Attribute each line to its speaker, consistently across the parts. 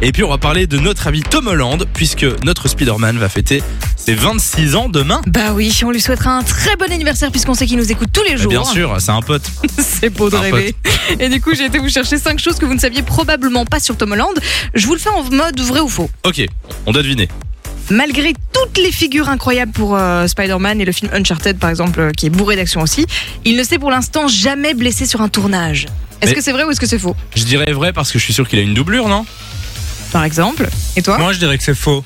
Speaker 1: Et puis on va parler de notre ami Tom Holland, puisque notre Spider-Man va fêter ses 26 ans demain.
Speaker 2: Bah oui, on lui souhaitera un très bon anniversaire puisqu'on sait qu'il nous écoute tous les
Speaker 1: Mais
Speaker 2: jours.
Speaker 1: Bien sûr, c'est un hein. pote.
Speaker 2: C'est beau de
Speaker 1: Un
Speaker 2: rêver. Et du coup, j'ai été vous chercher cinq choses que vous ne saviez probablement pas sur Tom Holland. Je vous le fais en mode vrai ou faux.
Speaker 1: Ok, on doit deviner.
Speaker 2: Malgré toutes les figures incroyables pour euh, Spider-Man et le film Uncharted par exemple, euh, qui est bourré d'action aussi, il ne s'est pour l'instant jamais blessé sur un tournage. Est-ce
Speaker 1: Mais-
Speaker 2: que c'est vrai ou est-ce que c'est faux
Speaker 1: Je dirais vrai parce que je suis sûr qu'il a une doublure, non
Speaker 2: Par exemple. Et
Speaker 1: Hein
Speaker 2: toi
Speaker 3: Moi, je dirais que c'est faux.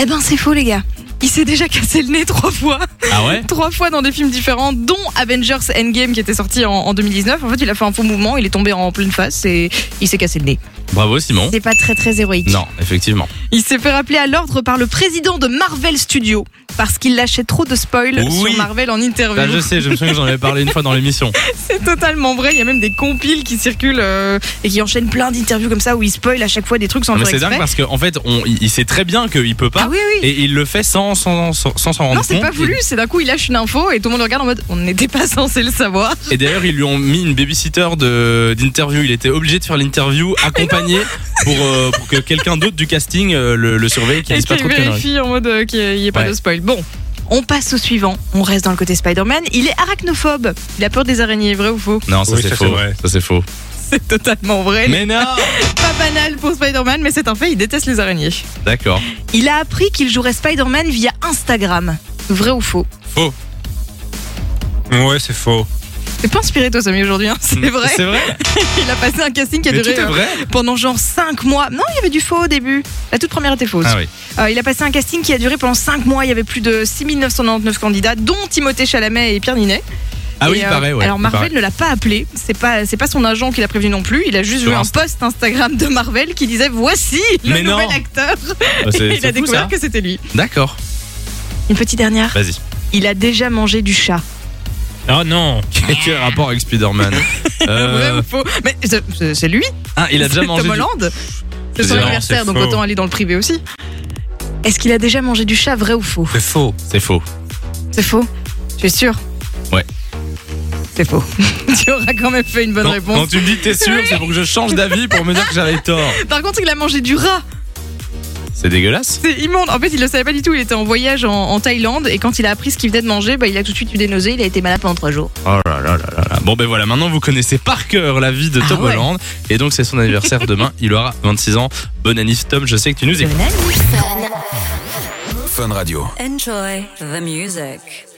Speaker 2: Eh ben c'est faux les gars. Il s'est déjà cassé le nez trois fois.
Speaker 1: Ah ouais
Speaker 2: trois fois dans des films différents, dont Avengers Endgame qui était sorti en, en 2019. En fait, il a fait un faux mouvement, il est tombé en pleine face et il s'est cassé le nez.
Speaker 1: Bravo Simon.
Speaker 2: C'est pas très très héroïque.
Speaker 1: Non, effectivement.
Speaker 2: Il s'est fait rappeler à l'ordre par le président de Marvel Studios parce qu'il lâchait trop de spoils
Speaker 1: Oui.
Speaker 2: sur Marvel en interview.
Speaker 1: Là, Bah, je sais, je me souviens que j'en avais parlé une fois dans l'émission.
Speaker 2: C'est totalement vrai. Il y a même des compiles qui circulent euh, et qui enchaînent plein d'interviews comme ça où il spoil à chaque fois des trucs sans
Speaker 1: Non,
Speaker 2: le
Speaker 1: mais
Speaker 2: faire
Speaker 1: c'est dingue
Speaker 2: exprès.
Speaker 1: parce qu'en fait, on, il il sait très bien qu'il peut pas.
Speaker 2: Ah oui oui.
Speaker 1: Et il le fait sans sans sans sans s'en rendre
Speaker 2: non,
Speaker 1: compte.
Speaker 2: c'est pas voulu, c'est d'un coup il lâche une info et tout le monde le regarde en mode on n'était pas censé le savoir.
Speaker 1: Et d'ailleurs, ils lui ont mis une babysitter de- d'interview. Il était obligé de faire l'interview accompagné pour, euh, pour que quelqu'un d'autre du casting euh, le, le surveille, qu'il
Speaker 2: Et
Speaker 1: dise pas
Speaker 2: qui
Speaker 1: trop de conneries.
Speaker 2: vérifie en mode euh, qu'il n'y ait, il y ait pas
Speaker 1: Ouais.
Speaker 2: de spoil. Bon, on passe au suivant. On reste dans le côté Spider-Man. Il est arachnophobe. Il a peur des araignées, vrai ou faux
Speaker 1: Non, ça
Speaker 3: Oui,
Speaker 1: c'est
Speaker 3: ça,
Speaker 1: faux.
Speaker 3: c'est vrai.
Speaker 1: Ça c'est faux.
Speaker 2: C'est totalement vrai.
Speaker 1: Mais non
Speaker 2: Pas banal pour Spider-Man, mais c'est un fait, il déteste les araignées.
Speaker 1: D'accord.
Speaker 2: Il a appris qu'il jouerait Spider-Man via Instagram. Vrai ou faux
Speaker 1: Faux.
Speaker 3: Ouais, c'est faux.
Speaker 2: T'es pas inspiré toi Samy aujourd'hui, hein c'est vrai.
Speaker 1: Mm, C'est vrai.
Speaker 2: Il a passé un casting qui a
Speaker 1: Mais tout
Speaker 2: duré
Speaker 1: est
Speaker 2: euh,
Speaker 1: vrai.
Speaker 2: pendant genre 5 mois. Non, il y avait du faux au début. La toute première était fausse.
Speaker 1: Ah oui.
Speaker 2: Euh, il a passé un casting qui a duré pendant 5 mois. Il y avait plus de 6999 candidats, dont Timothée Chalamet et Pierre Ninet.
Speaker 1: Ah
Speaker 2: Et,
Speaker 1: oui, il
Speaker 2: euh,
Speaker 1: paraît, ouais.
Speaker 2: Alors
Speaker 1: il
Speaker 2: Marvel
Speaker 1: paraît.
Speaker 2: ne l'a pas appelé, c'est pas c'est pas son agent qui l'a prévenu non plus, il a juste
Speaker 1: Sur
Speaker 2: vu un
Speaker 1: Insta.
Speaker 2: post Instagram de Marvel qui disait voici le
Speaker 1: Mais non.
Speaker 2: nouvel acteur.
Speaker 1: Bah, c'est-
Speaker 2: Et il
Speaker 1: c'est
Speaker 2: a
Speaker 1: fou,
Speaker 2: découvert
Speaker 1: ça. Bah.
Speaker 2: que c'était lui.
Speaker 1: D'accord.
Speaker 2: Une petite dernière,
Speaker 1: Vas-y.
Speaker 2: il a déjà mangé du chat.
Speaker 3: Ah non.
Speaker 1: Quel rapport avec Spider-Man
Speaker 2: Vrai
Speaker 1: Euh,
Speaker 2: ou faux Mais c'est- c'est c'est lui,
Speaker 1: Ah, il a déjà
Speaker 2: c'est
Speaker 1: mangé.
Speaker 2: Tom
Speaker 1: du-
Speaker 2: Holland. C'est son
Speaker 1: Non,
Speaker 2: anniversaire,
Speaker 3: c'est
Speaker 2: donc
Speaker 3: faux.
Speaker 2: autant aller dans le privé aussi. Est-ce qu'il a déjà mangé du chat, vrai ou faux
Speaker 3: C'est faux.
Speaker 1: C'est faux.
Speaker 2: C'est faux. Tu es sûr
Speaker 1: Ouais.
Speaker 2: C'est faux. tu auras quand même fait une bonne
Speaker 1: Quand, quand
Speaker 2: réponse.
Speaker 1: tu me dis que t'es sûr, c'est pour que je change d'avis pour me dire que j'avais tort.
Speaker 2: Par contre, il a mangé du rat.
Speaker 1: C'est dégueulasse.
Speaker 2: C'est immonde. En fait, il le savait pas du tout. Il était en voyage en, en Thaïlande et quand il a appris ce qu'il venait de manger, bah, il a tout de suite eu des nausées. Il a été malade pendant trois jours.
Speaker 1: Oh là là là là là. Bon ben voilà, maintenant vous connaissez par cœur la vie de
Speaker 2: Ah
Speaker 1: Tom
Speaker 2: ouais.
Speaker 1: Holland. Et donc c'est son anniversaire demain, il aura 26 ans. Bonne année Tom, je sais que tu nous écoutes.
Speaker 4: Fun.
Speaker 5: Enjoy the music.